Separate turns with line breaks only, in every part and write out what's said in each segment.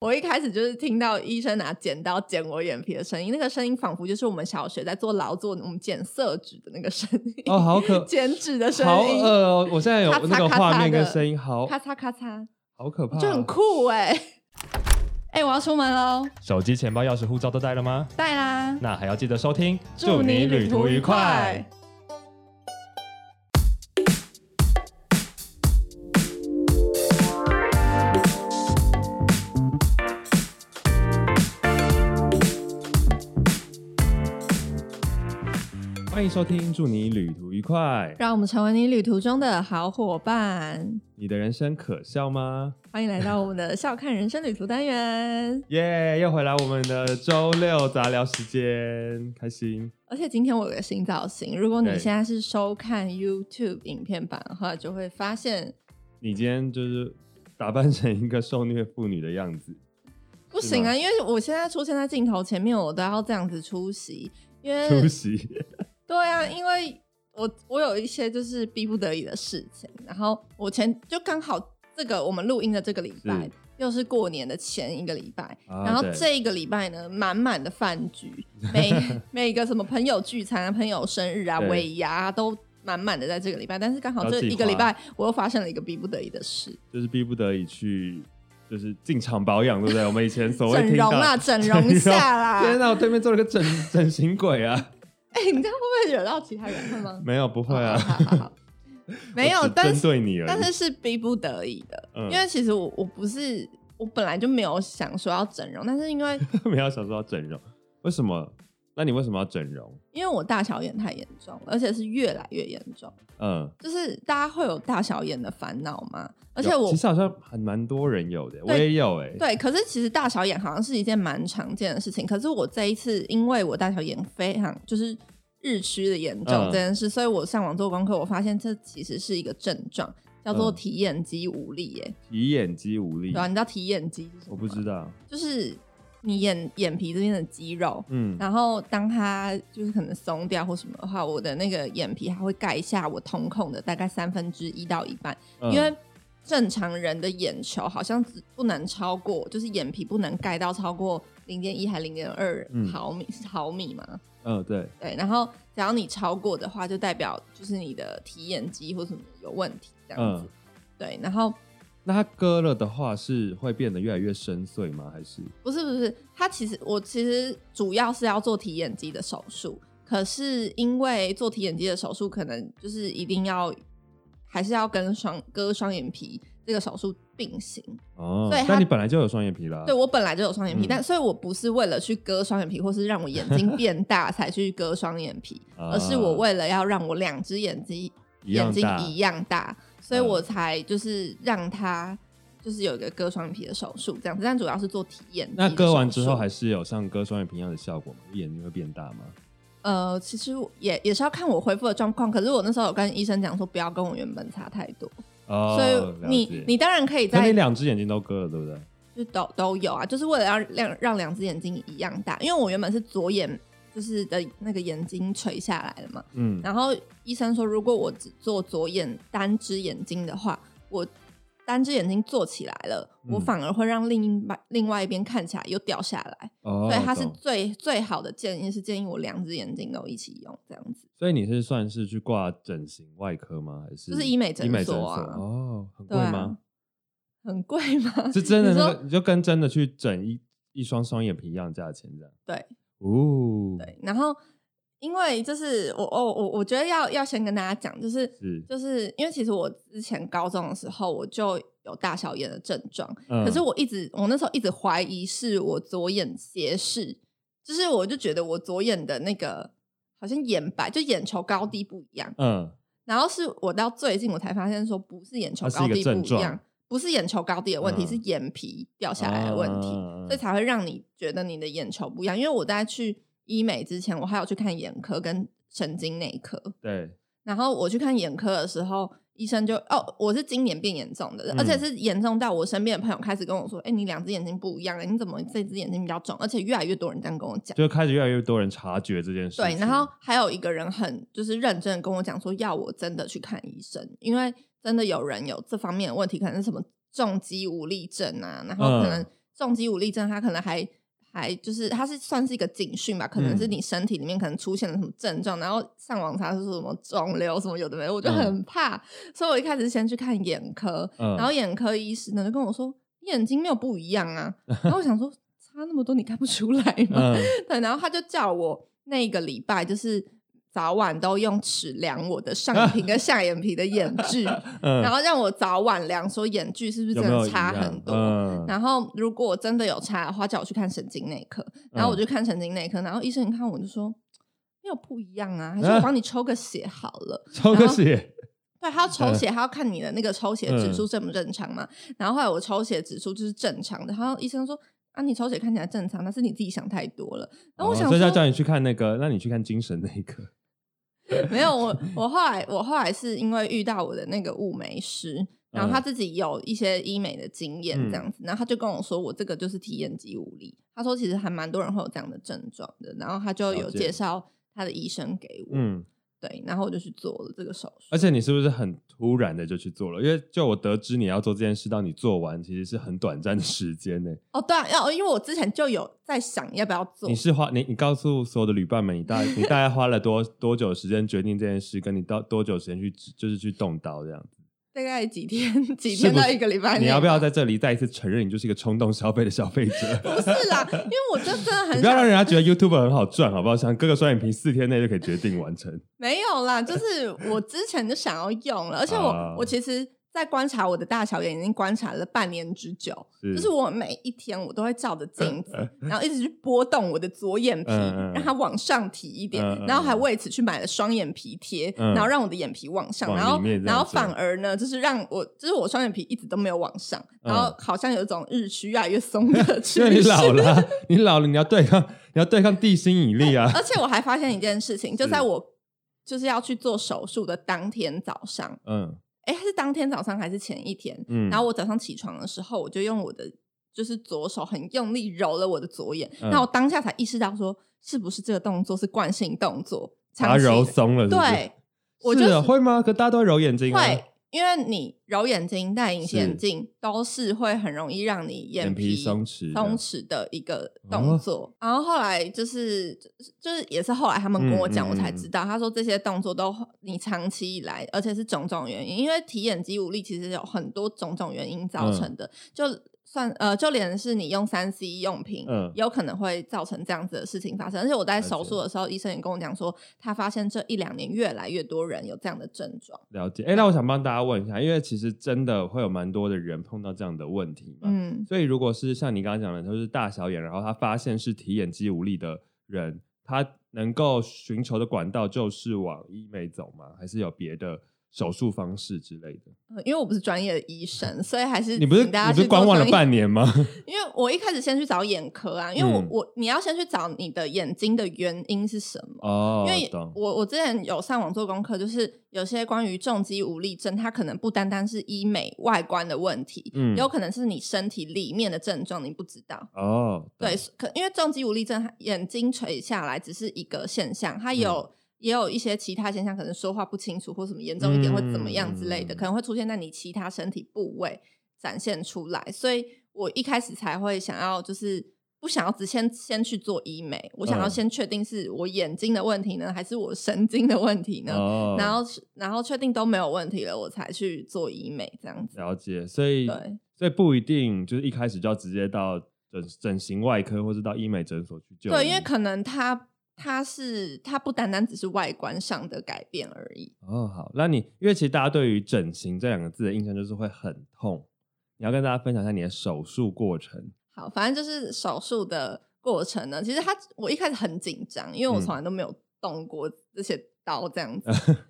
我一开始就是听到医生拿剪刀剪我眼皮的声音，那个声音仿佛就是我们小学在做劳作，我们剪色纸的那个声 音，
哦，好可，
剪纸的声
好
音，
恶哦！我现在有
咔嚓
那个画面
咔嚓
跟
的
声音，好
咔嚓咔嚓，
好可怕哦、
就很酷哎、哎、我要出门喽，
手机、钱包、钥匙、护照都带了吗？
带啦！
那还要记得收听。
祝你旅途愉快！
欢迎收听，祝你旅途愉快。
让我们成为你旅途中的好伙伴。
你的人生可笑吗？
欢迎来到我们的笑看人生旅途单元，
耶、又回来我们的周六杂聊时间，开心。
而且今天我有个新造型。如果你
对
现在是收看 YouTube 影片版的话，就会发现
你今天就是打扮成一个受虐妇女的样子，
不行啊，因为我现在出现在镜头前面，我都要这样子出席，因为
出席。
对啊，因为我我有一些就是逼不得已的事情，然后我前就刚好这个我们录音的这个礼拜
是
又是过年的前一个礼拜，
啊
然后
对
这一个礼拜呢，满满的饭 局，每每个什么朋友聚餐啊、朋友生日啊、
对
尾牙、啊、都满满的在这个礼拜，但是刚好
要
这
计划
一个礼拜我又发生了一个逼不得已的事，
就是逼不得已去，就是进场保养，对不对？我们以前所谓
整
听到
容啊啦，整容一下啦，
天哪，我对面坐了个整整形鬼啊！
哎、你这样会不会惹到其他人会吗？
没有，不会啊，
好好好 好没
我
有，
只
但
针
是
对你而已。
但是是逼不得已的，
嗯
因 为其实我我不是我本来就没有想说要整容，但是因 为
没有想说要整容，为什么？那你为什么要整容？
因为我大小眼太严重了，而且是越来越严重，
嗯，
就是大家会有大小眼的烦恼吗？而且
有
我
其实好像还蛮多人有的，我也有哎、
对，可是其实大小眼好像是一件蛮常见的事情，可是我这一次因为我大小眼非常就是。日趋的严重
嗯
这件事，所以我上网做功课，我发现这其实是一个症状，叫做
嗯
提眼肌无力、耶、
提眼肌无力
对，啊，你知道提眼肌是什么
我不
吗
知道。
就是你眼眼皮这边的肌肉，
嗯，
然后当它就是可能松掉或什么的话，我的那个眼皮还会盖下我瞳孔的大概三分之一到一半，
嗯
因为正常人的眼球好像只不能超过，就是眼皮不能盖到超过零点一还零点二
嗯
毫米、是毫米嘛？
嗯对，
对，然后只要你超过的话，就代表就是你的提眼肌或什么有问题这样子。
嗯
对，然后
那它割了的话是会变得越来越深邃吗？还是
不是不是，他其实我其实主要是要做提眼肌的手术，可是因为做提眼肌的手术，可能就是一定要还是要跟双割双眼皮这个手术并行。
哦
对？它
但你本来就有双眼皮啦。
对我本来就有双眼皮，
啊嗯
但所以我不是为了去割双眼皮，或是让我眼睛变大才去割双眼皮，
啊
而是我为了要让我两只眼睛
一样
眼睛
大
一样大，所以
嗯
我才就是让它。就是有一个割双眼皮的手术这样子，但主要是做体验。
那割完之后
还。
还是有像割双眼皮一样的效果吗？眼睛会变大吗？
呃，其实我也也是要看我恢复的状况。可是我那时候有跟医生讲说，不要跟我原本差太多。
哦，
所以
了
你
解
你当然可以
那
在
你两只眼睛都割了，对不对？
就都都有啊，就是为了要让让两只眼睛一样大。因为我原本是左眼就是的那个眼睛垂下来了嘛，
嗯，
然后医生说，如果我只做左眼单只眼睛的话，我单只眼睛做起来了，我
嗯
反而会让另一半另外一边看起来又掉下来。
哦，
所以他是
懂
最最好的建议是建议我两只眼睛都一起用这样子。
所以你是算是去挂整形外科吗？还是
就是医美诊
医美诊
所
所
啊
哦，很贵
对啊
吗？
很贵 吗？
是真的
你
那
说
个，你就跟真的去整一一双双眼皮一样价钱这样？
对
哦，
对，然后因为就是我哦我我我觉得要要先跟大家讲，就是
是，
就是因为其实我之前高中的时候我就有大小眼的症状，
嗯
可是我一直我那时候一直怀疑是我左眼斜视，就是我就觉得我左眼的那个好像眼白就眼球高低不一样，
嗯，
然后是我到最近我才发现说不是眼球
它是
高
一个
低不
症
一样
状。
不是眼球高低的问题，
嗯
是眼皮掉下来的问题。
啊
所以才会让你觉得你的眼球不一样。因为我在去医美之前，我还有去看眼科跟神经内科。
对，
然后我去看眼科的时候，医生就哦，我是今年变严重的，
嗯
而且是严重到我身边的朋友开始跟我说：“哎、你两只眼睛不一样了，你怎么这只眼睛比较肿？”而且越来越多人这样跟我讲。
就开始越来越多人察觉这件事情。
对，然后还有一个人很就是认真的跟我讲说，要我真的去看医生，因
嗯
为真的有人有这方面的问题，可能是什么重肌无力症啊，然后可能重击无力症，它可能还还就是它是算是一个警讯吧，可能
嗯
是你身体里面可能出现了什么症状，然后上网查是什么肿瘤什么有的没的，我就很怕，所以我一开始先去看眼科，
嗯
然后眼科医师呢就跟我说眼睛没有不一样啊，然后我想说差那么多你看不出来吗？
嗯
对，然后他就叫我那个礼拜就是早晚都用尺量我的上眼 皮跟下眼皮的眼距， 然
嗯，
后让我早晚量说眼距是不是
有
真
没有
的
一
差
样
很多。
嗯
然后，如果我真的有差的话，叫我去看神经内科。然
嗯
后我就看神经内科，然后医生一看我就说没有不一样啊，还是我帮你抽个血好了。
抽个血，
对，他要
嗯
抽血，他要看你的那个抽血指数正不正常嘛。然后后来我抽血指数就是正常的，然后医生说啊，你抽血看起来正常，但是你自己想太多了。然后我
哦
想
所以要
说，
叫你去看那个，那你去看精神那一科。
没有我，我后来我后来是因为遇到我的那个雾眉师，然后他
嗯
自己有一些医美的经验
嗯
这样子，然后他就跟我说我这个就是体验肌无力，他说其实还蛮多人会有这样的症状的，然后他就
了
有
解
介绍他的医生给我，
嗯，
对，然后我就去做了这个手术，
而且你是不是很突然的就去做了？因为就我得知你要做这件事到你做完，其实是很短暂的时间呢、
哦对、啊，要因为我之前就有在想要不要做
你，是花你你告诉所有的旅伴们，你大你大概花了多多久时间决定这件事，跟你到多久时间去就是去动刀这样子？
大概几天 几
是
天
不
到
是
一个礼拜内吧，
你要不要在这里再一次承认你就是一个冲动消费的消费者？
不是啦，因为我就真的
你
很
不要让
想
人家觉得 YouTube 很好赚，好不好？像割个双眼皮四天内就可以决定完成。
没有啦，就是我之前就想要用了，而且我、
啊
我其实，在观察我的大小眼已经观察了半年之久，
是
就是我每一天我都会照着镜子，然后一直去拨动我的左眼皮，
嗯嗯嗯
让它往上提一点，
嗯嗯
然后还为此去买了双眼皮贴，
嗯
然后让我的眼皮往上，
往
然后
里面这样
然后
子
反而呢，就是让我就是我双眼皮一直都没有往上，然后
嗯
好像有一种日趋越来越松的 趋
因
势，
为你老了啊，你老了，你要对抗你要对抗地心引力啊。
而且我还发现一件事情，就是
嗯
在我就是要去做手术的当天早上，
嗯
哎，是当天早上还是前一天？
嗯，
然后我早上起床的时候，我就用我的就是左手很用力揉了我的左眼，
嗯
那、我当下才意识到说，是不是这个动作是惯性动作？
把
长
它
期
揉松了是不是，
对，我
是
就
啊
是
会吗？可大家都会揉眼睛啊，
会，因为你揉眼睛、戴隐形
是
眼镜都是会很容易让你眼
眼皮
皮
松弛的哦
松弛的一个动作。然后后来就是就是也是后来他们跟我讲，
嗯嗯
我才知道，他说这些动作都你长期以来，而且是种种原因，因为提眼肌无力其实有很多种种原因造
嗯
成的，就。算呃，就连是你用三 C 用品，
嗯
有可能会造成这样子的事情发生。而且我在
了解
手术的时候，医生也跟我讲说，他发现这一两年越来越多人有这样的症状。
了解。哎，那我想帮大家问一下，因为其实真的会有蛮多的人碰到这样的问题嘛。
嗯，
所以如果是像你刚刚讲的，就是大小眼，然后他发现是提眼肌无力的人，他能够寻求的管道就是往医美走吗？还是有别的手术方式之类的？
呃因为我不是专业的医生，所以还是
你不是
请大家
你不
去
是观
做
望了
专业
半年吗？
因为我一开始先去找眼科啊，因为我、
嗯
我你要先去找你的眼睛的原因是什么。
哦，
因为
懂。
我我之前有上网做功课，就是有些关于重肌无力症，它可能不单单是医美外观的问题，
嗯
有可能是你身体里面的症状，你不知道。
哦，懂
对，可因为重肌无力症，它眼睛垂下来只是一个现象，
嗯
它有、也有一些其他现象，可能说话不清楚或什么严重一点会怎么样之类的，
嗯
可能会出现在你其他身体部位展现出来。所以我一开始才会想要就是。不想要只先先去做医美，我想要
嗯
先确定是我眼睛的问题呢，还是我神经的问题呢？
哦，
然后然后确定都没有问题了，我才去做医美这样子。
了解，所以
对，
所以不一定就是一开始就要直接到整整形外科或是到医美诊所去就医。
对，因为可能它它是它不单单只是外观上的改变而已。
哦好，那你因为其实大家对于整形这两个字的印象就是会很痛，你要跟大家分享一下你的手术过程。
好，反正就是手术的过程呢，其实它我一开始很紧张，因为我
嗯
从来都没有动过这些刀这样子。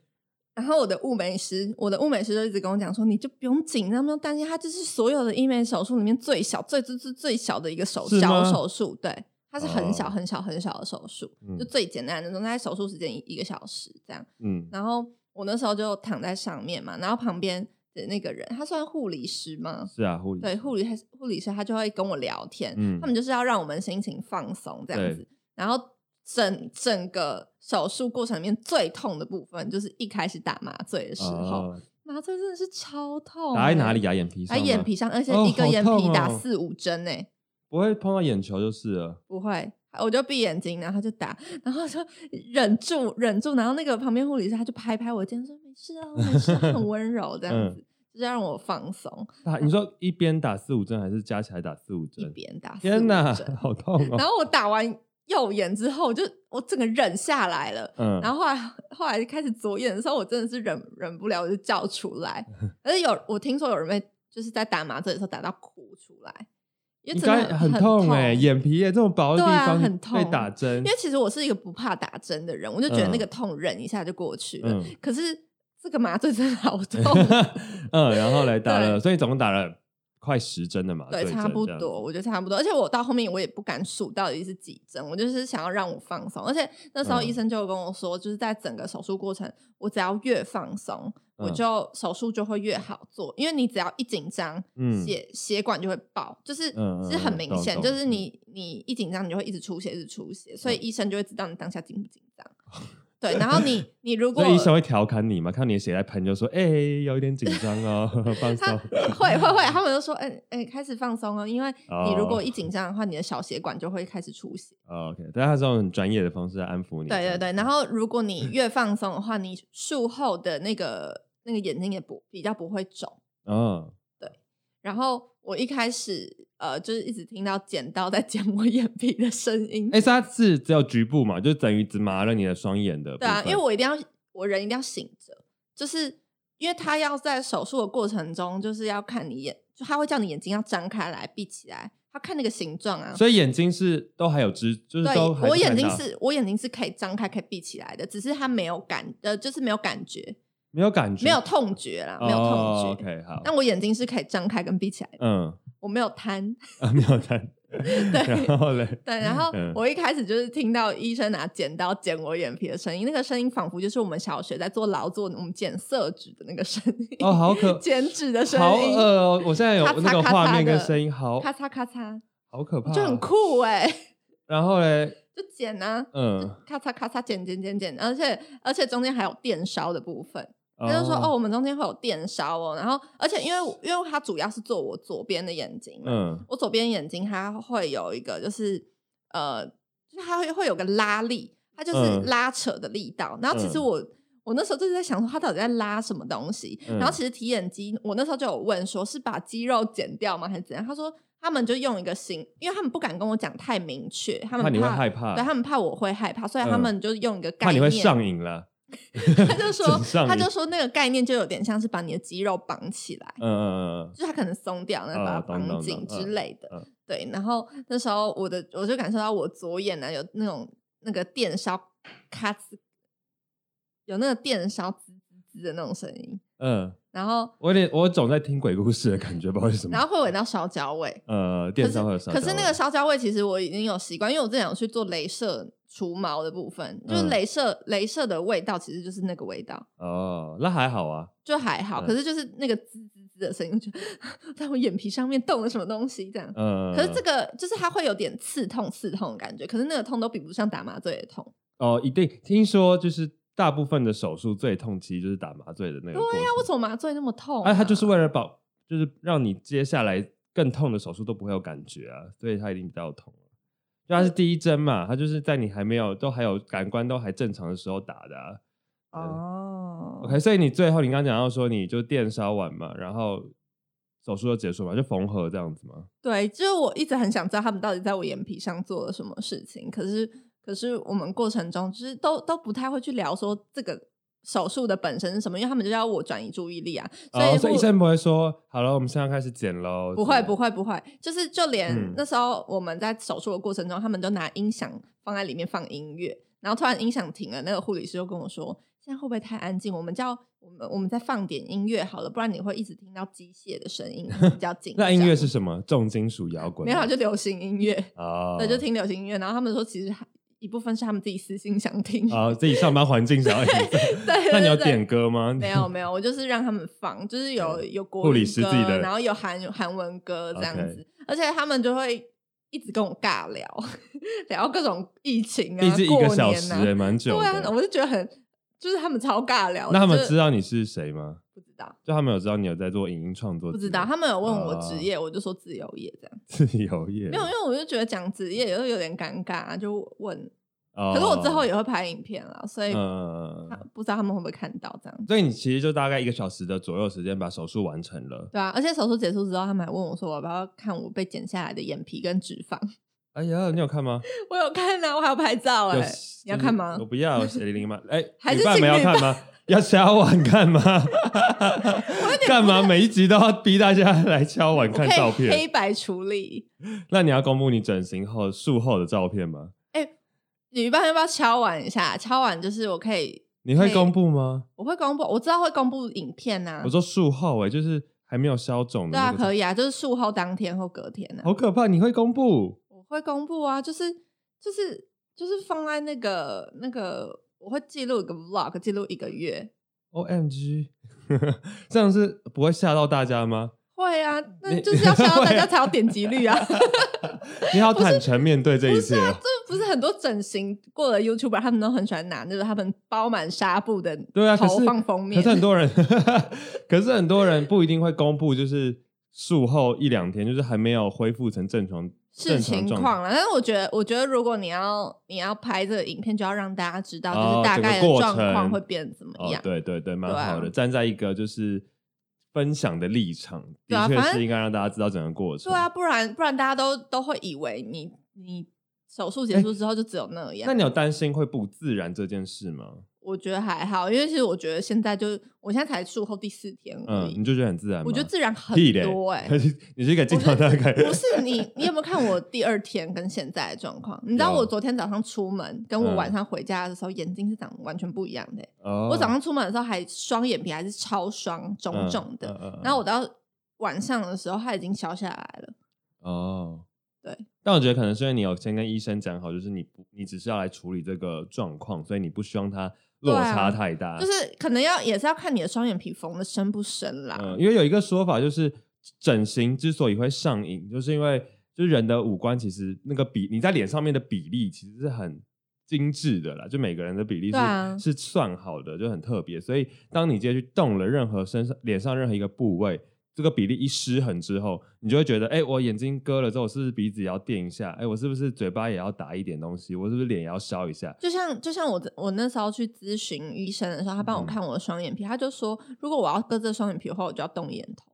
然后我的物美师，我的物美师就一直跟我讲说，你就不用紧张，不用担心，它就是所有的医美手术里面最小、最最最最小的一个手
是
小
吗
手术，对，它是很小、
哦
很小、很小的手术，
嗯
就最简单的那种，大概手术时间一一个小时这样。
嗯，
然后我那时候就躺在上面嘛，然后旁边的那个人，他算护理师吗？
是啊，护理
对，
师
护理师护理师他就会跟我聊天，
嗯
他们就是要让我们心情放松这样
对
子。然后整整个手术过程里面最痛的部分，就是一开始打麻醉的时候，
哦
麻醉真的是超痛、
打在哪里
啊？
呀、眼皮
打
上吗？
眼皮上，而且
哦
一个
好
眼皮
痛
打
哦
四五针呢、欸
不会碰到眼球就是了。
不会，我就闭眼睛，然后就打，然后就忍住，忍住，然后那个旁边护理师他就拍拍我肩说：“没事啊，没事啊，很温柔这
嗯
样子，就是要让我放松。
打你说一边打四五针还是加起来打四五”
一
针？
边打，
天
哪
哪！，好痛哦！
然后我打完右眼之后，我就我整个忍下来了。
嗯，
然后后来后来开始左眼的时候，我真的是忍忍不了，我就叫出 来。而且有我听说有人被就是在打麻醉的时候打到哭出来，因为
应
真
该
的
很
痛
痛哎，眼皮耶这么薄的地
对啊
方
很痛
被打针
因为，其实我是一个不怕打针的人，我就觉得那个痛忍一下就过去了。
嗯
可是这个麻醉真的好痛，
嗯，然后来打
对
了，所以总共打了快十针的麻醉
对，
针，
差不
这样子
多，。我觉得差不多。而且我到后面我也不敢数到底是几针，我就是想要让我放松。而且那时候
嗯
医生就有跟我说，就是在整个手术过程，我只要越放松，我
嗯
就手术就会越好做，因为你只要一紧张，
嗯
血血管就会爆，就是、
嗯嗯
是很
嗯
明
懂
显，
懂
就是
嗯
你你一紧张，你就会一直出血，一直出血，所以
嗯
医生就会知道你当下紧不紧张。对，然后你你如果
所以医生会调侃你嘛，看你的血在喷，就说：“哎、有一点紧张哦， 放
他
松。
会会会，他们就说，哎、哎、开始放松哦，因为你如果
哦
一紧张的话，你的小血管就会开始出血。
哦 OK，但他是用很专业的方式来安抚你。
对对对，然
后
后如果你越放松的话，你术后的那个那个眼睛也不比较不会肿。
嗯，
然后我一开始呃，就是一直听到剪刀在 剪我眼皮的声音。
哎、所以他是只有局部嘛，就等于只麻了你的双眼的部
对
分。
啊，因为我一定要我人一定要醒着，就是因为他要在手术的过程中，就是要看你眼，就他会叫你眼睛要张开来、闭起来，他看那个形状啊。
所以眼睛是都还有知，就是
对
都还
我眼睛
看到
是我眼睛是可以张开、可以闭起来的，只是他没有感呃，就是没有感觉，
没有感觉，
没有痛觉啦，没有
哦
痛觉。
OK，好，
但我眼睛是可以张开跟闭起来的，
嗯
我没有贪。
啊， 没有看。然后嘞，
对，然后
嗯
我一开始就是听到医生拿剪刀剪我眼皮的声音，那个声音仿佛就是我们小学在做劳作，我们剪色纸的那个声音。
哦，好可，
剪纸的声
好
音，
恶哦！我现在有
咔嚓
那个
咔嚓
画面跟
的
声音，好
咔嚓咔嚓，
好可怕，哦
就很。酷哎、
然后嘞，
就剪啊，就
嗯，
咔嚓咔嚓剪剪剪剪，而且而且中间还有电烧的部分，
他
他就说哦，我们中间会有电烧哦，然后而且因为因为他主要是做我左边的眼睛嘛，
嗯，
我左边眼睛它会有一个就是呃，就是它会会有个拉力，它就是
嗯
拉扯的力道。然后其实
嗯
我、我那时候就是在想说，它到底在拉什么东西？
嗯
然后其实提眼肌，我那时候就有问说，是把肌肉剪掉吗，还是怎样？他说他们就用一个形，因为他们不敢跟我讲太明确，他们
怕你会
怕
害怕，
对他们怕我会害怕，所以他
嗯
们就用一个概
怕你
念，
会上瘾了。
他就说
整上瘾
他就说那个概念就有点像是把你的肌肉绑起来，
嗯嗯嗯
就是它可能松掉，然后
哦
把它
懂
绑
懂
紧
懂
之
嗯
类的。
嗯
对，然后那时候我的我就感受到我左眼呢、有那种那个电烧咔呲，有那个电烧滋滋滋的那种声音，
嗯嗯，
然后
我有点我总在听鬼故事的感觉，不知道为什么。
然后会闻到烧焦味。
呃，
可
电
是
商会有烧焦
可
味，
是那个烧焦味，其实我已经有习惯，因为我之前有去做镭射除毛的部分，就是
嗯
镭射镭、射的味道其实就是那个味道，
哦，那还好啊，
就还好，
嗯
可是就是那个滋滋滋的声音，我觉得 在我眼皮上面动了什么东西这样。
嗯。
可是这个就是它会有点刺痛、刺痛的感觉，可是那个痛都比不上打麻醉的痛。
哦，一定听说就是大部分的手术最痛，其实就是打麻醉的那个。
对呀、啊为什么麻醉那么痛、啊
哎，他就是为了保，就是让你接下来更痛的手术都不会有感觉啊，所以他一定比较痛。啊就他是第一针嘛，他就是在你还没有都还有感官都还正常的时候打的、啊。
哦
OK，所以你最后你刚讲到说你就电烧完嘛，然后手术就结束嘛，就缝合这样子嘛。
对，就是我一直很想知道他们到底在我眼皮上做了什么事情，可是可是我们过程中就是都都不太会去聊说这个手术的本身是什么，因为他们就要我转移注意力啊，所以
哦，
我、
所以医生不会说好了，我们现在开始剪喽。
不会
之类的
不会不会，就是就连
嗯
那时候我们在手术的过程中，他们都拿音响放在里面放音乐，然后突然音响停了，那个护理师就跟我说：“现在会不会太安静？我们叫我们我们再放点音乐好了，不然你会一直听到机械的声音，比较 紧张。”
那音乐是什么？重金属摇滚
没
吗。
有就流行音乐，
哦，
对，就听流行音乐。然后他们说，其实还一部分是他们自己私心想听，
哦，自己上班环境想要营造。
对对
那你有
对
点歌 吗？
没有没有，我就是让他们放，就是有有国
嗯护理
语
师
歌
自己的
然后有韩韩文歌这样
OK
子而且他们就会一直跟我尬聊， 聊各种疫情啊，
一直一
过
个
年
小时，欸
啊
也蛮久
对
的。
啊，我就觉得很，就是他们超尬聊，
那他们
就是
知道你是谁吗？
不知道，
就他们有知道你有在做影音创作
不
之类的，
知道。他们有问我
啊
职业，我就说自由业这样。
自由业
没有，因为我就觉得讲职业又有点尴尬、啊，就问。
哦
可是我之后也会拍影片啦，所以
嗯嗯嗯嗯
他不知道他们会不会看到这样。
所以你其实就大概一个小时的左右时间把手术完成了。
对啊，而且手术结束之后，他们还问我说我要不要看我被剪下来的眼皮跟脂肪。
哎呀，你有看吗？
我有看啊，我还有拍照哎、
有
你要看吗
我不要， 零零吗？哎，
还是
女伴们要
请女
看吗？要敲碗看吗？干嘛每一集都要逼大家来敲碗
我
看
可以
照
黑
片？
白处理。
那你要公布你整形后术后的照片吗？
哎女伴要不要敲碗一下？敲碗就是我可以，
你会
可以
公布吗？
我会公布，我知道会公布影片呐、啊
我。说术后哎、就是还没有消肿的
对啊，
那个。哦
可
以。
以啊，就是术后当天或隔天啊，
好可怕！你会公布？
我会公布啊，就是就是就是放在那个那个，我会记录一个 vlog，记录一个月。
O M G，这样是不会吓到大家吗？
会啊，那
你
就是要吓到大
会
家
啊
才有点击率 啊。
你好坦诚面对这一切、哦。
不是很啊多整形过的 YouTuber，他们都很喜欢拿那个他们包满纱布的
对啊，可
头
是
放封面，
可是很多人， 可是很多人不一定会公布，就是术后一两天，就是还没有恢复成正常
是
正常
情
状
况
态。
了。但是我觉得，我觉得如果你要你要拍这个影片，就要让大家知道，就
哦
是大
整个
概的
过
状
程
况会变得怎么
哦
样。，
对对对，蛮
对啊
好的，站在一个就是分享的立场，
对啊
的确
反正
是应该让大家知道整个过程。
对啊，不然不然大家都都会以为你你手术结束之后就只有那样。
那你有担心会不自然这件事吗？
我觉得还好，因为其实我觉得现在就我现在才术后第四天而
嗯，
已，
你就觉得很自然吗？
我觉得自然很
屁嘞
多哎、
你是给镜头大概
不是你，你有没有看我第二天跟现在的状况？你知道
有
我昨天早上出门，跟我
嗯
晚上回家的时候，眼睛是长得完全不一样的欸、
哦
我早上出门的时候还双眼皮还是超双肿肿的，
嗯嗯嗯
然后我到晚上的时候它已经消下来了。
哦，
对。
但我觉得可能是因为你有先跟医生讲好，就是你不，你只是要来处理这个状况，所以你不希望它落差太大。
啊就是可能要也是要看你的双眼皮缝的深不深啦。
嗯，因为有一个说法就是，整形之所以会上瘾，就是因为就是人的五官其实那个比你在脸上面的比例其实是很精致的啦，就每个人的比例是、
对啊
是算好的，就很特别。所以当你今天去动了任何身上脸上任何一个部位。这个比例一失衡之后，你就会觉得，哎、我眼睛割了之后，我是不是鼻子也要垫一下？哎、我是不是嘴巴也要打一点东西？我是不是脸也要削一下？
就像就像我的我那时候去咨询医生的时候，他帮我
嗯
看我的双眼皮，他就说，如果我要割这双眼皮的话，我就要动眼头，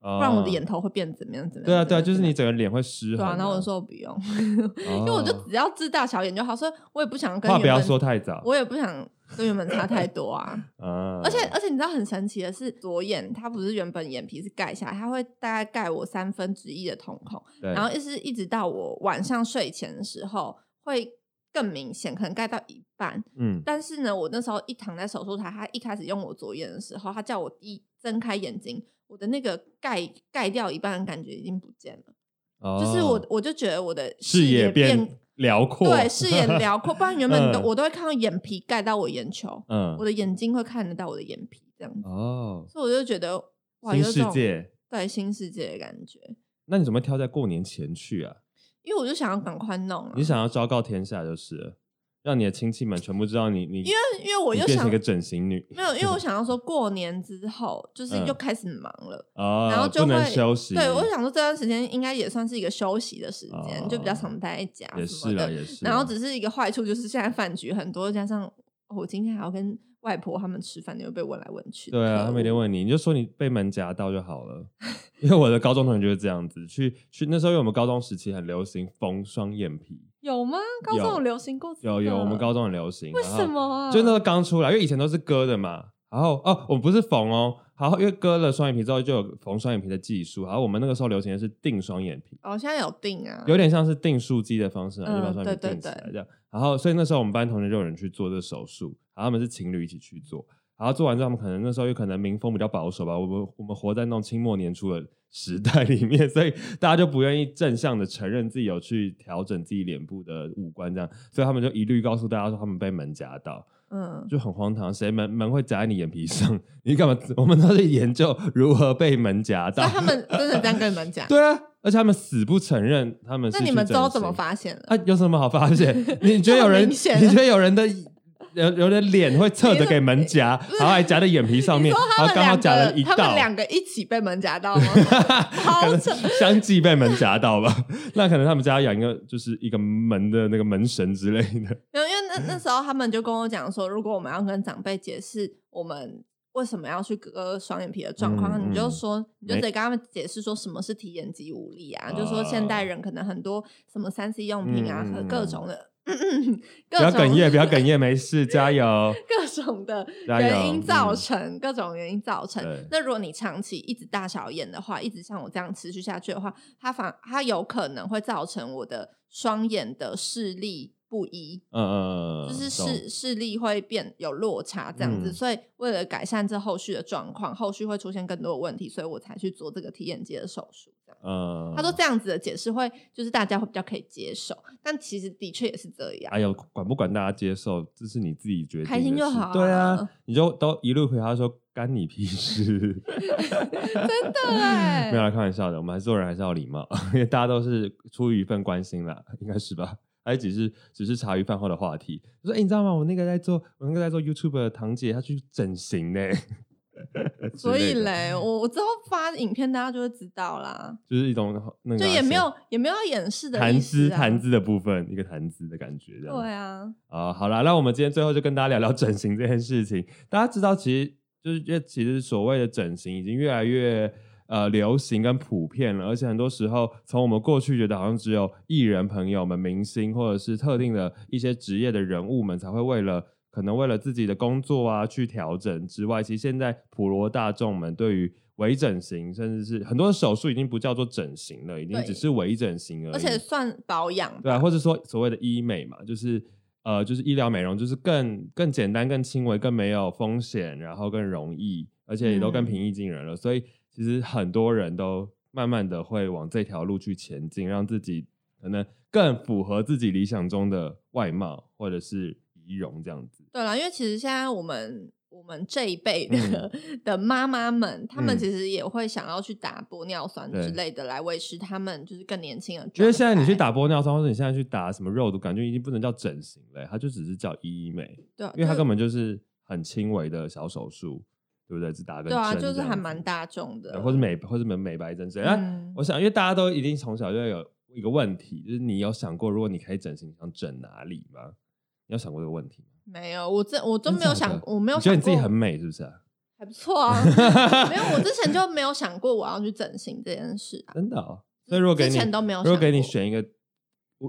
不
不然我的眼头会变怎么样怎么样。
哦
怎
啊对啊，
么
对啊，
样
就是
怎么
你
样
整个脸会
对
失衡、
啊，然后我就，说我不 用，因为我就
哦
只要治大小眼就好，所以我也不想跟
话
原
不要
本
说太早
我也不想跟原本差太多 啊。
啊。
而且而且你知道很神奇的是，左眼它不是原本眼皮是盖下来，它会大概盖我三分之一的瞳孔，
对，
然后一直一直到我晚上睡前的时候会更明显，可能盖到一半。
嗯，
但是呢，我那时候一躺在手术台，他一开始用我左眼的时候，他叫我一睁开眼睛，我的那个盖盖掉一半的感觉已经不见了，就是
哦
我我就觉得我的
视野
变
变辽阔，
对，视野辽阔，不然原本都、
嗯
我都会看到眼皮盖到我眼球，
嗯
我，的眼睛会看得到我的眼皮这样子，
哦，
所以我就觉得哇，
新
有
世
种
界。
对新世界的感觉，
那你怎么挑在过年前去啊？
因为我就想要赶快弄、啊，
你想要昭告天下就是了，让你的亲戚们全部知道你你，
因为因为我
你
又
变
想
成一个整形女
没有，因为 我想要说过年之后就是
嗯
又开始忙了。
啊，
然后就
不能
会
休息。
对，我就想说这段时间应该也算是一个休息的时间，就比较
哦
常待在家
也
什
是
么
啦，
的。
也是啦。
然后只是一个坏处就是现在饭局很多，加上、哦我今天还要跟外婆他们吃饭，你会被问来问去。
对啊，他
可
每天
恶
问你，你就说你被门夹到就好了。因为我的高中同学就是这样子，去去那时候，因为我们高中时期很流行缝双眼皮，
有吗？高中
有
有流行过这个？
有有，我们高中很流行。
嗯为
然后
什么啊？
就那时候刚出来，因为以前都是割的嘛。然后哦，我们不是缝哦，然后因为割了双眼皮之后就有缝双眼皮的技术。然后我们那个时候流行的是定双眼皮，
哦，现在有定啊，
有点像是定树肌的方式嘛，
嗯
就把双眼皮
对对
定起来这样。然后所以那时候我们班同学就有人去做这手术，然后他们是情侣一起去做。然后做完之后，他们可能那时候有可能民风比较保守吧，我们我们活在那种清末年初的时代里面， 所以大家就不愿意正向的承认自己有去调整自己脸部的五官这样，所以他们就一律告诉大家说他们被门夹到。
嗯，
就很荒唐，谁门门会夹在你眼皮上？你干嘛？我们都是研究如何被门夹到
那。他们真的这样跟你们讲？
对啊，而且他们死不承认他们是
那
去整形。啊
你们之后怎么发现的？
啊？有什么好发现？你觉得有
这么
人？
明显
你觉得有人的有有的脸会侧着给门夹，然后还夹在眼皮上面，然后刚好夹了一
他们
道，
两个一起被门夹到 吗？
可
好
能
扯！
相继被门夹到吧。那可能他们家养一个就是一个门的那个门神之类的。
没有，因为那那时候他们就跟我讲说，如果我们要跟长辈解释我们为什么要去割双眼皮的状况，
嗯
你就
嗯
说，你就
没
得跟他们解释说什么是提眼肌无力啊，就说现代人可能很多什么三 C 用品啊
嗯嗯
和
哦嗯
各种的，嗯各
不要
种
哽咽，不要哽咽，没事，加油，
各种的
加油
原因造
嗯
成，各种原因造成
对。
那如果你长期一直大小眼的话，一直像我这样持续下去的话，它反它有可能会造成我的双眼的视力不一，
嗯嗯嗯，嗯
就是
懂
视视力会变有落差这样子。
嗯
所以为了改善这后续的状况，后续会出现更多的问题，所以我才去做这个提眼肌的手术。这样，
嗯，
他说这样子的解释会就是大家会比较可以接受，但其实的确也是这样。
哎呦，管不管大家接受，这是你自己决定的事，
开心就好啊
对啊，你就都一路回他说干你屁事，
真的哎、
没有啦，啊开玩笑的。我们还是做人还是要礼貌， 因为大家都是出于一份关心啦，应该是吧？还只是只是茶余饭后的话题。就说哎、你知道吗？我那个在做，我那个在做 YouTube 的堂姐，她去整 形呢、之
所以
类的嗯
嘞，我我之后发影片，大家就会知道啦，
就是一种那个
就
啊
也没有也没有要掩饰的
谈
意思
资
啊
谈资的部分，一个谈资的感觉，这样
对啊，
啊、好啦，那我们今天最后就跟大家聊聊整形这件事情。大家知道，其实就是因为其实所谓的整形已经越来越呃流行跟普遍了，而且很多时候从我们过去觉得好像只有艺人朋友们、明星或者是特定的一些职业的人物们才会为了可能为了自己的工作啊去调整之外，其实现在普罗大众们对于微整形，甚至是很多的手术已经不叫做整形了，已经
对
只是微整形而已，
而且算保养
对啊，或者说所谓的医美嘛，就是呃，就是医疗美容，就是更更简单、更轻微、更没有风险，然后更容易，而且也都更
嗯
平易近人了。所以其实很多人都慢慢的会往这条路去前进，让自己可能更符合自己理想中的外貌或者是仪容这样子。
对啦，因为其实现在我们我们这一辈的、的妈妈们，她们
嗯
其实也会想要去打玻尿酸之
对
类的来维持她们就是更年轻的。
因为现在你去，打玻尿酸，或者你现在去打什么肉毒杆菌，已经不能叫整形了、欸它就只是叫医美，
对啊，
因为它
就
根本就是很轻微的小手术，对不对？只打个
对啊，
针
就
这
是还
样
蛮
子
大众
对
的，
或者美或者美美白针之类的。那
嗯
我想，因为大家都一定从小就有一个问题，就是你有想过，如果你可以整形，你想整哪里吗？你有想过这个问题吗？
没有，我真我真
真
没有
假的
想，我没有
你觉得
想
你自己
过
很美，是不是啊？
还不错啊。 没有，我之前就没有想过我要去整形这件事啊。
真的哦。所以如果给
之
你，
前都没有
如
想过，
果给你选一个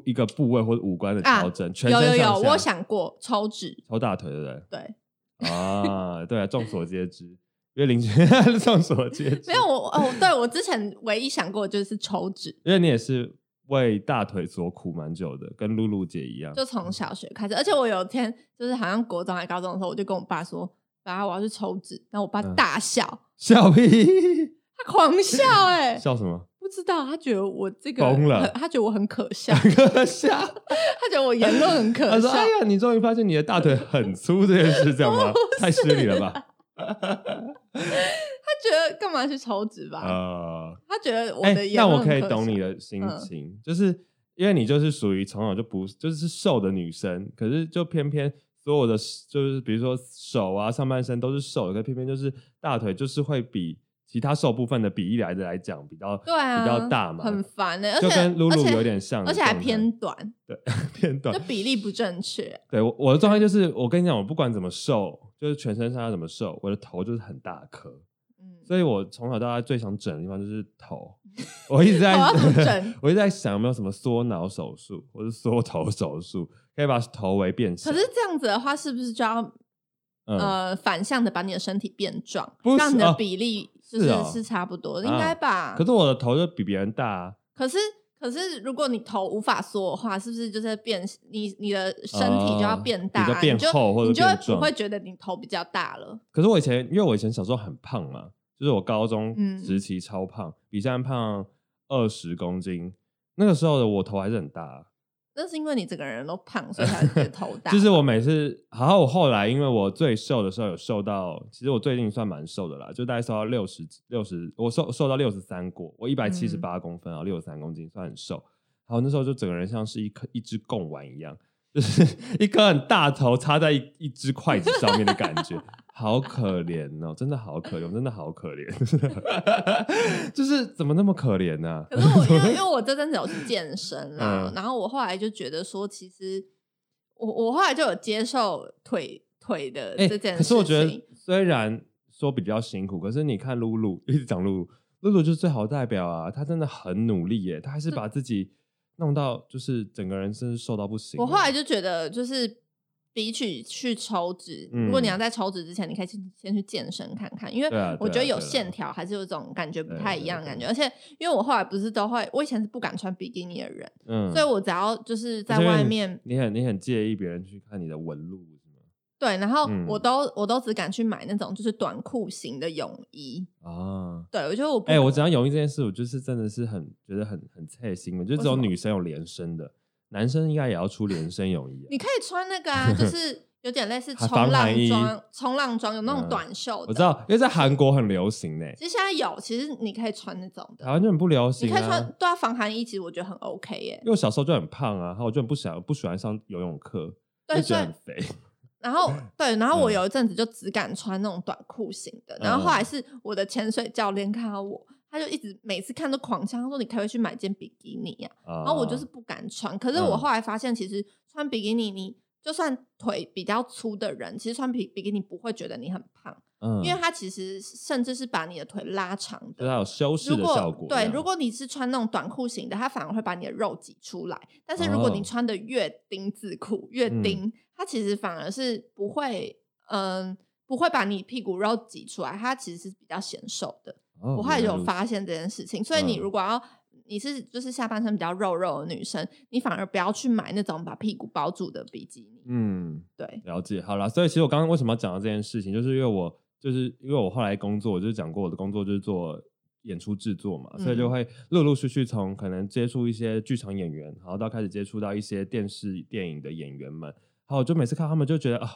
一个部位或者五官的
啊
调整， 全
有
身
有
上
有，
下
我想过抽脂，
抽大腿，对不对？
对，
啊，对啊，众所皆知，因为林俊 众所皆知，
没有，我哦，对我之前唯一想过的就是抽脂，
因为你也是为大腿所苦蛮久的，跟露露姐一样，
就从小学开始，而且我有一天就是好像国中还高中的时候，我就跟我爸说：“爸，我要去抽脂。”然后我爸
嗯
大笑，
笑屁，
他狂笑、欸，哎，
笑什 么？
不知道，他觉得我这个
疯了
很他觉得我很可笑，
可笑。
他觉得我言论很可
他说：“
笑
哎。呀，你终于发现你的大腿很粗这件事，这样
啊
吗？太失礼了吧？
他觉得干嘛去抽脂吧？
啊，
他觉得我
哎
的，言
那
论
我
很
可以
笑嗯
懂你。的心情，就是因为你就是属于从小就不就是瘦的女生，可是就偏偏所有的就是比如说手啊、上半身都是瘦的，可偏偏就是大腿就是会比其他瘦部分的比例来的来讲比较
对啊，
比较大嘛，
很烦欸的、而且
就跟露
而
露
且
有点像的
而且
状态，
还偏短，
偏短
就，比例不正确。
对我我的状态就是，我跟你讲，我不管怎么瘦，就是全身上下怎么瘦，我的头就是很大颗，
嗯，
所以我从小到大最想整的地方就是头。 我一直在
头嗯要怎么整
我一直在想有没有什么缩脑手术或者缩头手术，可以把头围变小。
可是这样子的话，是不是就要
嗯，
呃反向的把你的身体变壮
不，是
让你的
哦
比例就是
哦
是是差不多，应该吧？
可是我的头就比别人大、啊，
可是可是如果你头无法缩的话，是不是就是变你你的身体就要变大
哦比
啊，
较变
你就
厚或者
你就会
变壮
不会觉得你头比较大了？
可是我以前，因为我以前小时候很胖嘛，就是我高中
嗯
时期超胖，比现在胖二十公斤。那个时候的我头还是很大啊、
那是因为你整个人都胖，所以才 觉得头大。
就是我每次，然后我后来因为我最瘦的时候有瘦到，其实我最近算蛮瘦的啦，就大概瘦到六十六十，我瘦瘦到六十三过，我一百七十八公分啊，六十三公斤算很瘦。然后那时候就整个人像是一颗一只贡丸一样，就是 一颗很大头插在一一只筷子上面的感觉，好可怜哦，真的好可怜，我真的好可怜， 就是怎么那么可怜啊呢、
可是我因 为因为我这阵子有去健身啦，
嗯
然后我后来就觉得说，其实我我后来就有接受腿腿的
哎、
这件事情。
可是我觉得虽然说比较辛苦，可是你看露露一直讲露露，露露就是最好的代表啊，她真的很努力耶，她还是把自己弄到就是整个人真是瘦到不行了。
我后来就觉得，就是比起去抽脂，
嗯
如果你要在抽脂之前，你可以去先去健身看看，因
对啊对
为
啊
我觉得有
对啊
线条还是有一种感觉不太一样的
对
感
对
觉。而且因为我后来不是都会，我以前是不敢穿比基尼的人，
嗯
所以我只要就是在
而且因为
外
你
面
你很你很介意别人去看你的纹路是吗？
对，然后
嗯
我都我都只敢去买那种就是短裤型的泳衣。
啊。
对，我觉得我不
哎、我讲到泳衣这件事，我就是真的是很觉得很很菜心的，就
为
只有
什么
女生有连身的，男生应该也要出连身泳衣、啊。
你可以穿那个啊， 就是有点类似
还
冲
防寒
浪
衣
装，冲浪装有那种
嗯
短袖的、
我知，道，因为在韩国很流行呢、
其实现在有，其实你可以穿那种
台
的，
湾就很不流
你
行
可以穿
啊。
对啊，防寒衣其实我觉得很 OK 耶、
因为我小时候就很胖啊，然后我就很不想不喜欢上游泳课，
对
就觉得
所以
很肥。
然后对，然后我
嗯
有一阵子就只敢穿那种短裤型的，然后后来是我的潜水教练看到我。他就一直每次看都狂呛，他说：“你可不可以去买件比基尼呀、
然
然后我就是
啊
不敢穿。可是我
哦嗯
后来发现，其实穿比基尼，你就算腿比较粗的人，其实穿比比基尼不会觉得你很胖。
嗯
因为它其实甚至是把你的腿拉长
就是它
的。
有修饰
如
的
果
效果这
对
样。，
如果你是穿那种短裤型的，它反而会把你的肉挤出来。但是如果你
哦
穿的越丁字裤、越
嗯
丁，它其实反而是不会，嗯、不会把你屁股肉挤出来，它其实是比较显瘦的。
哦
我后来
原来
有
如
发
此
现这件事情，所以你
嗯
如果要。你是就是下半身比较肉肉的女生，你反而不要去买那种把屁股包住的比基尼。
嗯，
对，
了解，好啦，所以其实我刚刚为什么要讲到这件事情，就是因为我就是因为我后来工作，我就讲过我的工作就是做演出制作嘛，所以就
嗯
会陆陆续续从可能接触一些剧场演员，然后到开始接触到一些电视电影的演员们，然后我就每次看他们就觉得啊，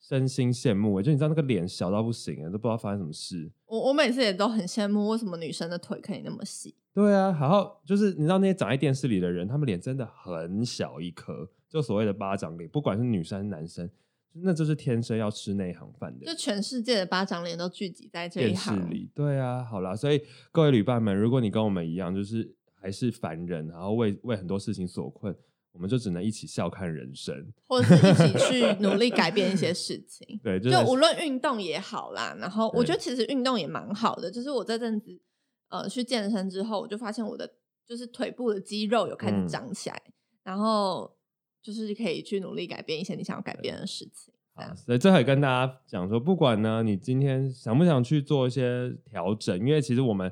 身心羡慕、欸，就你知道那个脸小到不行、欸，都不知道发生什么事。
我我每次也都很羡慕，为什么女生的腿可以那么细？
对啊，然后就是你知道那些长在电视里的人，他们脸真的很小一颗，就所谓的巴掌脸，不管是女生还是男生，那就是天生要吃那一行饭的
就。全世界的巴掌脸都聚集在这一
电视
行。
里。对啊，好啦，所以各位旅伴们，如果你跟我们一样，就是还是凡人，然后为为很多事情所困，我们就只能一起笑看人生。。
或者是一起去努力改变一些事情
对， 就
就是无论运动也好啦，然后我
对
觉得其实运动也蛮好的。就是我这阵子呃去健身之后，我就发现我的就是腿部的肌肉有开始
嗯
长起来，然后就是可以去努力改变一些你想要改变的事情。这
啊
样
所以最后也跟大家讲说，不管呢，你今天想不想去做一些调整，因为其实我们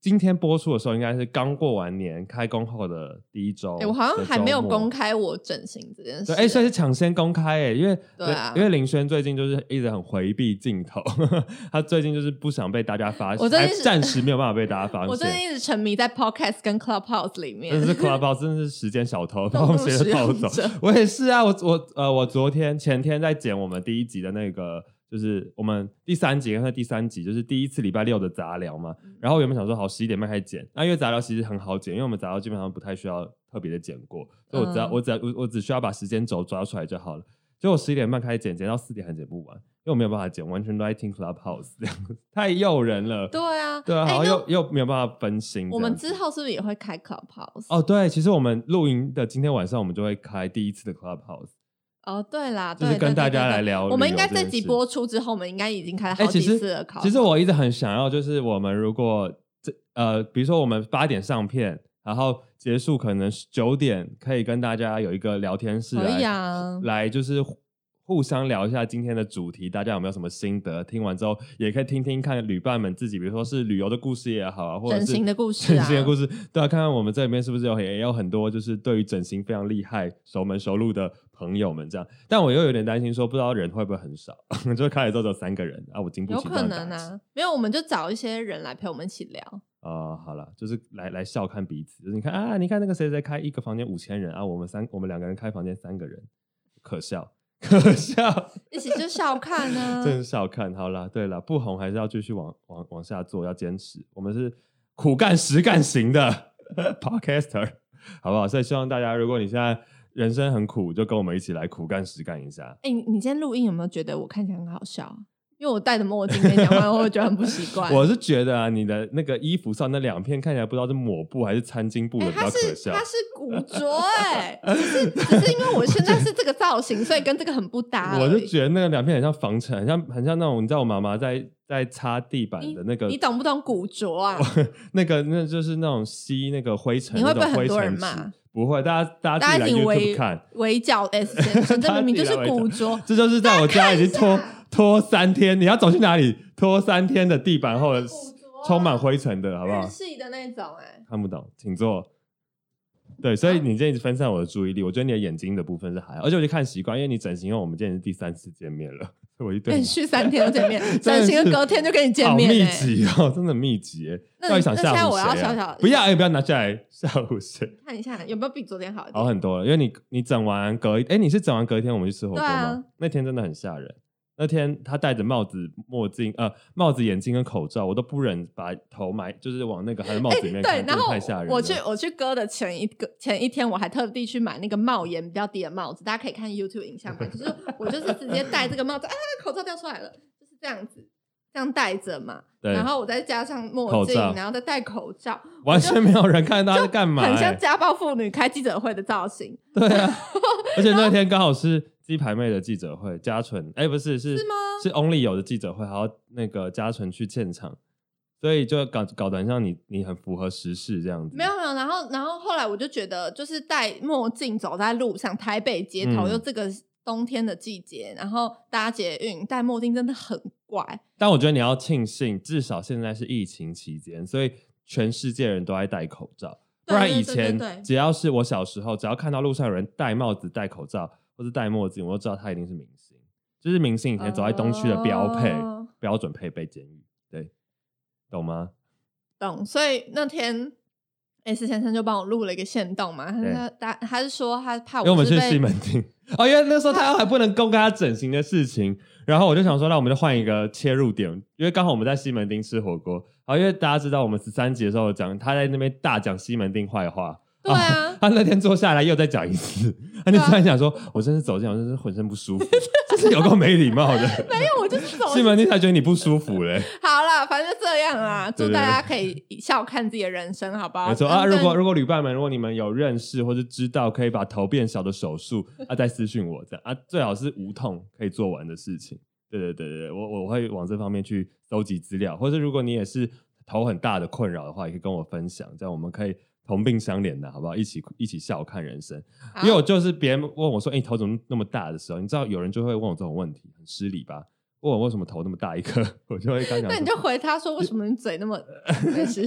今天播出的时候，应该是刚过完年开工后的第一周
诶
的哦周末、
我好像还没有公开我整形这件事。
对，哎、算是抢先公开哎、因为
对啊
因为林轩最近就是一直很回避镜头，他最近就是不想被大家发现，
我最近
还
是
暂时没有办法被大家发
我最
现。
近一直沉迷在 podcast 跟 clubhouse 里面
真的。是 Clubhouse，真的是时间小偷，把
重
我
度
们时间偷
使用
走
者。
我也是啊，我我呃，我昨天前天在剪我们第一集的那个，就是我们第三集跟第三集，就是第一次礼拜六的杂聊嘛。
嗯
然后我原本想说好十一点半开始剪，那因为杂聊其实很好剪，因为我们杂聊基本上不太需要特别的剪过，所以我只要、
嗯
我只要我我只需要把时间轴抓出来就好了。结果十一点半开始剪，剪到四点还剪不完，因为我没有办法剪，完全都在听 Clubhouse 这样子，太诱人了。
对啊，
对啊，
诶
然后
那
又又没有办法分心。
我
这
们
样子
之后是不是也会开 clubhouse？
哦，对，其实我们录音的今天晚上，我们就会开第一次的 Clubhouse，
哦，对啦，
就
对
是跟
对
大
对
家
对
来聊。
我们应该这集播，出之后，我们应该已经开了
哎，
好
其
几
实
次了考。
其实我一直很想要，就是我们如果这呃，比如说我们八点上片，然后结束可能九点，可以跟大家有一个聊天室
可
来，
以啊，
来就是互。互相聊一下今天的主题，大家有没有什么心得？听完之后也可以听听看旅伴们自己，比如说是旅游的故事也好啊，或者
整
是
形的故事
整
啊，
形的故事，对啊，看看我们这里面是不是有也有很多就是对于整形非常厉害、熟门熟路的朋友们这样。但我又有点担心，说不知道人会不会很少， 就开始之后只有三个人啊，我经不
有
起这
可
样
能
打击。
啊，没有，我们就找一些人来陪我们一起聊。
啊、好了，就是来来笑看彼此，就是你看啊，你看那个谁谁开一个房间五千人啊，我们三我们两个人开房间三个人，可笑 可笑，
一起就笑看啊，
真是笑看。好啦，对了，不红还是要继续往往往下做，要坚持。我们是 苦干实干型的 podcaster，好不好？所以希望大家，如果你现在人生很苦，就跟我们一起来苦干实干一下。
哎、你你今天录音有没有觉得我看起来很好笑啊？因为我戴着墨镜哎跟你讲话，我会觉得很不习惯。
我是觉得啊，你的那个衣服上那两片看起来不知道是抹布还是餐巾布的，
哎、
比较
他
可
是
笑。
他是古着哎、只是只是因为我现在是这个造型，所以跟这个很不搭而已。
我就觉得那个两片很像防尘，很像很像那种，你知道我妈妈在在擦地板的那个
你懂不懂古着啊？
那个，那就是那种吸那个灰尘，
你会不会
那种
很
灰
多人
尘纸
骂？
不会，大家大
大
家
家
自
以
己来
为
YouTube 看，
围剿 S 先生，这明明就是古着。
这就是在我家已经拖拖三天，你要走去哪里？拖三天的地板后
啊
充满灰尘的，好不好
日？系的那种哎、
看不懂，请坐。对，所以你今天一直分散我的注意力，我觉得你的眼睛的部分是还好，而且我就看习惯，因为你整形后我们今天是第三次见面了， 所以我一对
连
你
续哎三天就见 面，
真
整
的是
形的隔天就跟你见面、
好密
哎，
集哦，真的密集耶。
那
到底想吓
那现在
唬
我要
谁
小
啊
小？
不要，哎，不要拿下来吓唬谁？
看一下有没有比昨天好一点？
好很多了，因为你你整完隔一，哎，你是整完隔一天我们去吃火锅吗？
对啊
那天真的很吓人。那天他戴着帽子、墨镜，呃，帽子、眼镜跟口罩，我都不忍把头埋，就是往那个他的帽子里面看，
哎对，然
真的
后
太吓人了。
我去我去割的前一个前一天，我还特地去买那个帽檐比较低的帽子，大家可以看 YouTube 影 像版，就是我就是直接戴这个帽子，啊，口罩掉出来了，就是这样子，这样戴着嘛，
对，
然后我再加上墨
口
镜，
罩
然后再戴口罩，
完全没有人看到他在干嘛、
很像
哎
家暴妇女开记者会的造型，
对啊， 而且那天刚好是鸡排妹的记者会，嘉纯哎，不是是
是吗？
是 Only 有的记者会，还有那个嘉纯去现场，所以就搞搞得很像你你很符合时事这样子。
没有没有，然后然后后来我就觉得，就是戴墨镜走在路上，台北街头、
嗯
又这个冬天的季节，然后搭捷运戴墨镜真的很怪。
但我觉得你要庆幸，至少现在是疫情期间，所以全世界人都爱戴口罩。不
对
然
对
以
对
前
对对
只要是我小时候，只要看到路上有人戴帽子、戴口罩或是戴墨镜，我就知道他一定是明星，就是明星以前走在东区的标配、
哦
标准配备监狱，对，懂吗？
懂，所以那天 S 先生就帮我录了一个线动嘛，他
对
说他他是说他怕
因为我
啊我
们
是
去
被
西门町，哦，因为那时候他还不能公开他整形的事情，然后我就想说，那我们就换一个切入点，因为刚好我们在西门町吃火锅，然后因为大家知道我们十三集的时候讲他在那边大讲西门町坏话，
对啊
哦，他那天坐下来又再讲一次，他就
对啊
突然想说，我真是走进来，我真是浑身不舒服， 真是有够没礼貌的，
没有，我就是走
西门町才觉得你不舒服嘞，
好啦，反正就这样啦，
对
祝
对
大家可以笑看自己的人生，好不好？
没错啊，
反
如
正
果如果旅伴们，如果你们有认识或是知道可以把头变小的手术， 啊，再私信我这样啊，最好是无痛可以做完的事情。对对对对对，我我会往这方面去搜集资料，或者如果你也是头很大的困扰的话，也可以跟我分享，这样我们可以同病相怜的好不好？一起一起笑看人生。
好
因为我就是别人问我说：“哎、你头怎么那么大？”的时候，你知道有人就会问我这种问题，很失礼吧？问我为什么头那么大一颗， 我就会跟他讲说。
那你就回他说为什么你嘴那么 没事？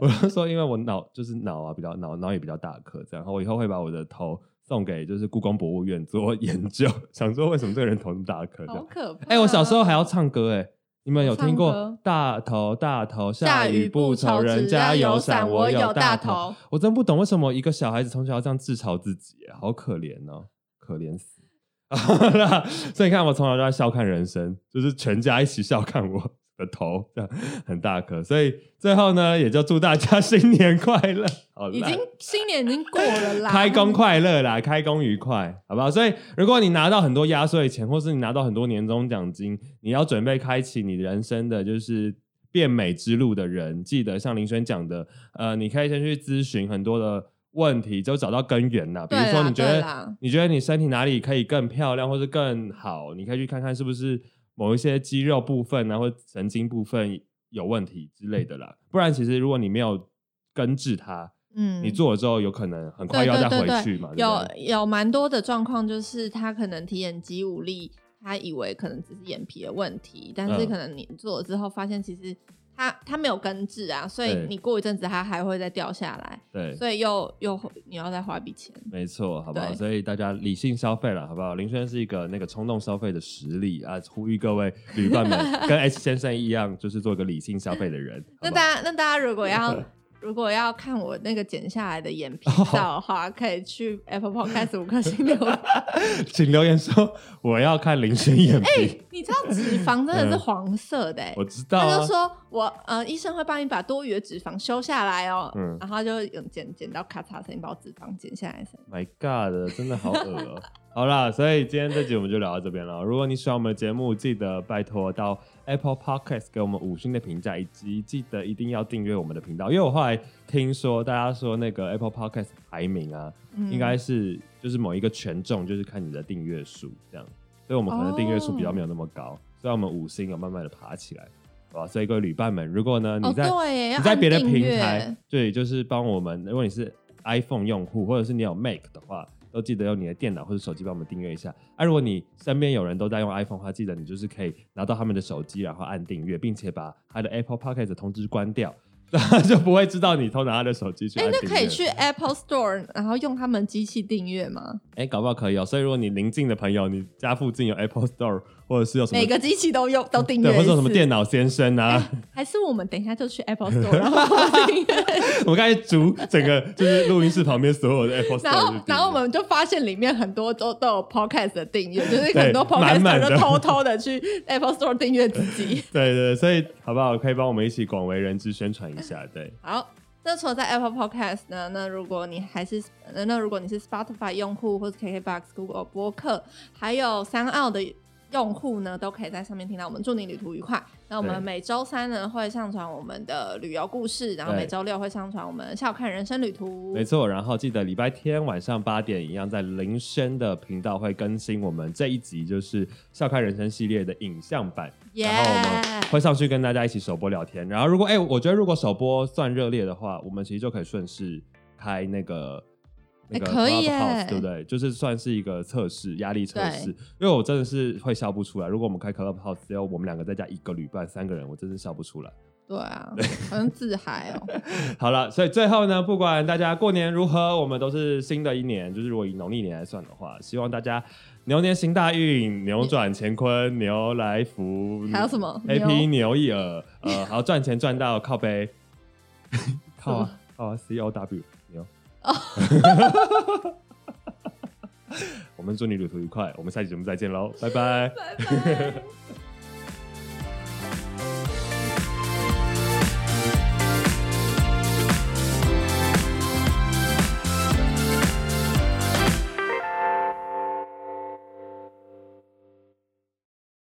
我就说，因为我脑就是脑啊比较脑脑也比较大颗，这样，然后我以后会把我的头送给就是故宫博物院做研究， 想说为什么这个人头那么大颗这
好
样。
可怕！
哎、我小时候还要唱歌哎、你们有听
哦唱
过
歌
“大头大头
下
雨
雨不
愁
愁，
人
只要
家
有
伞
伞我
有
有大
头
头”，
我真不懂为什么一个小孩子从小要这样自嘲自己耶，好可怜哦，可怜死。 好啦所以你看，我从小就在笑看人生，就是全家一起笑看我的头，这样很大颗。所以最后呢，也就祝大家新年快乐。好啦
已 经新年已经过了啦，
开工快乐啦， 开工愉快，好不好？所以，如果你拿到很多压岁钱，或是你拿到很多年终奖金，你要准备开启你人生的就是变美之路的人，记得像林轩讲的，呃，你可以先去咨询很多的问题，就找到根源呐。比如
对啦
说，你觉
对
得
啦
你觉得你身体哪里可以更漂亮，或是更好，你可以去看看是不是某一些肌肉部分啊，或神经部分有问题之类的啦。不然，其实如果你没有根治它，
嗯，
你做了之后，有可能很快
对
要
对
再
对
回
对
去嘛。对不
有
对
有蛮多的状况，就是他可能提眼肌无力，他以为可能只是眼皮的问题，但是
嗯
可能你做了之后发现其实他他没有根治啊，所以
对
你过一阵子他还会再掉下来，
对，
所以又又你要再花一笔钱。
没错，好不好？
对
所以大家理性消费了，好不好？林轩是一个那个冲动消费的实例啊，呼吁各位 旅伴们跟 H 先生一样，就是做一个理性消费的人。
那
好不好嗯
大家那大家如果要 如果要看我那个剪下来的眼皮
哦
照的话，可以去 Apple Podcast 五颗星留 言。
请留言说我要看林轩眼皮。
你知道脂肪真的是黄色的、欸，
嗯我知道、
他
啊
就，说我呃，医生会帮你把多余的脂肪修下来哦，
嗯
然后就用剪剪到咔嚓声音把我脂肪剪下来的声音。
My God，真的好恶哦、好啦，所以今天这集我们就聊到这边了。如果你喜欢我们的节目，记得拜托到 Apple Podcast 给我们五星的评价，以及记得一定要订阅我们的频道。因为我后来听说大家说那个 Apple Podcast 排名啊，
嗯
应该是就是某一个权重，就是看你的订阅数这样。所以我们可能订阅数比较没有那么
哦
高，所以我们五星有慢慢的爬起来，好吧？所以各位旅伴们，如果呢你
哦，
在、
对耶，要
你在
按
别的
订
平
阅
台，对，就是帮我们，如果你是 iPhone 用户，或者是你有 Mac 的话，都记得用你的电脑或者手机帮我们订阅一下。啊，如果你身边有人都在用 iPhone 的话，记得你就是可以拿到他们的手机，然后按订阅，并且把他的 Apple Podcast 的通知关掉，他就不会知道你偷拿他的手机去
哎、
按订
那
阅。
可以去 Apple Store，然后用他们机器订阅吗？
哎、搞不好可以哦。所以如果你邻近的朋友，你家附近有 Apple Store，或者是有什么
每个机器都用都订
对，
阅，
或者是有什么电？脑先生啊，
还是我们等一下就去 Apple Store，然 后订阅，
我们刚才逐整个就是录音室旁边所有的 Apple Store，
然后
去订阅
然后我们就发现里面很多都都有 Podcast 的订阅，就是
对
很多
满满
Podcast 都
的
偷偷的去 Apple Store 订阅自 己。
对对，对所以好不好？可以帮我们一起广为人知宣传一
嗯
下，对，
好，那除了在 Apple Podcast 呢？那如果你还是呃那如果你是 Spotify 用户或是 KKBox、Google 播客，还有三奥的用户呢，都可以在上面听到我们祝你旅途愉快。那我
对
们每周三呢会上传我们的旅游故事，然后
对
每周六会上传我们笑看人生旅途。
没错。然后记得礼拜天晚上八点一样，在林轩的频道会更新我们这一集就是《笑看人生》系列的影像版，
耶、
然后我们会上去跟大家一起首播聊天。然后如果哎、我觉得如果首播算热烈的话，我们其实就可以顺势开那个。那个
哎可以
c
耶
l u b h o u s e 对不对？就是算是一个测试，压力测试
对。
因为我真的是会笑不出来。如果我们开 Clubhouse，只有我们两个再加一个旅伴，三个人，我真是笑不出来。
对啊，好像自嗨 哦。
好了，所以最后呢，不管大家过年如何，我们都是新的一年，就是如果以农历年来算的话，希望大家牛年行大运，扭转乾坤，牛来福，
还有什么
？AP 牛一耳，呃，好赚钱赚到靠 背，靠啊靠啊，C O W 牛。
哦
我们祝你旅途愉快，我们下期节目再见喽，拜拜。
拜拜。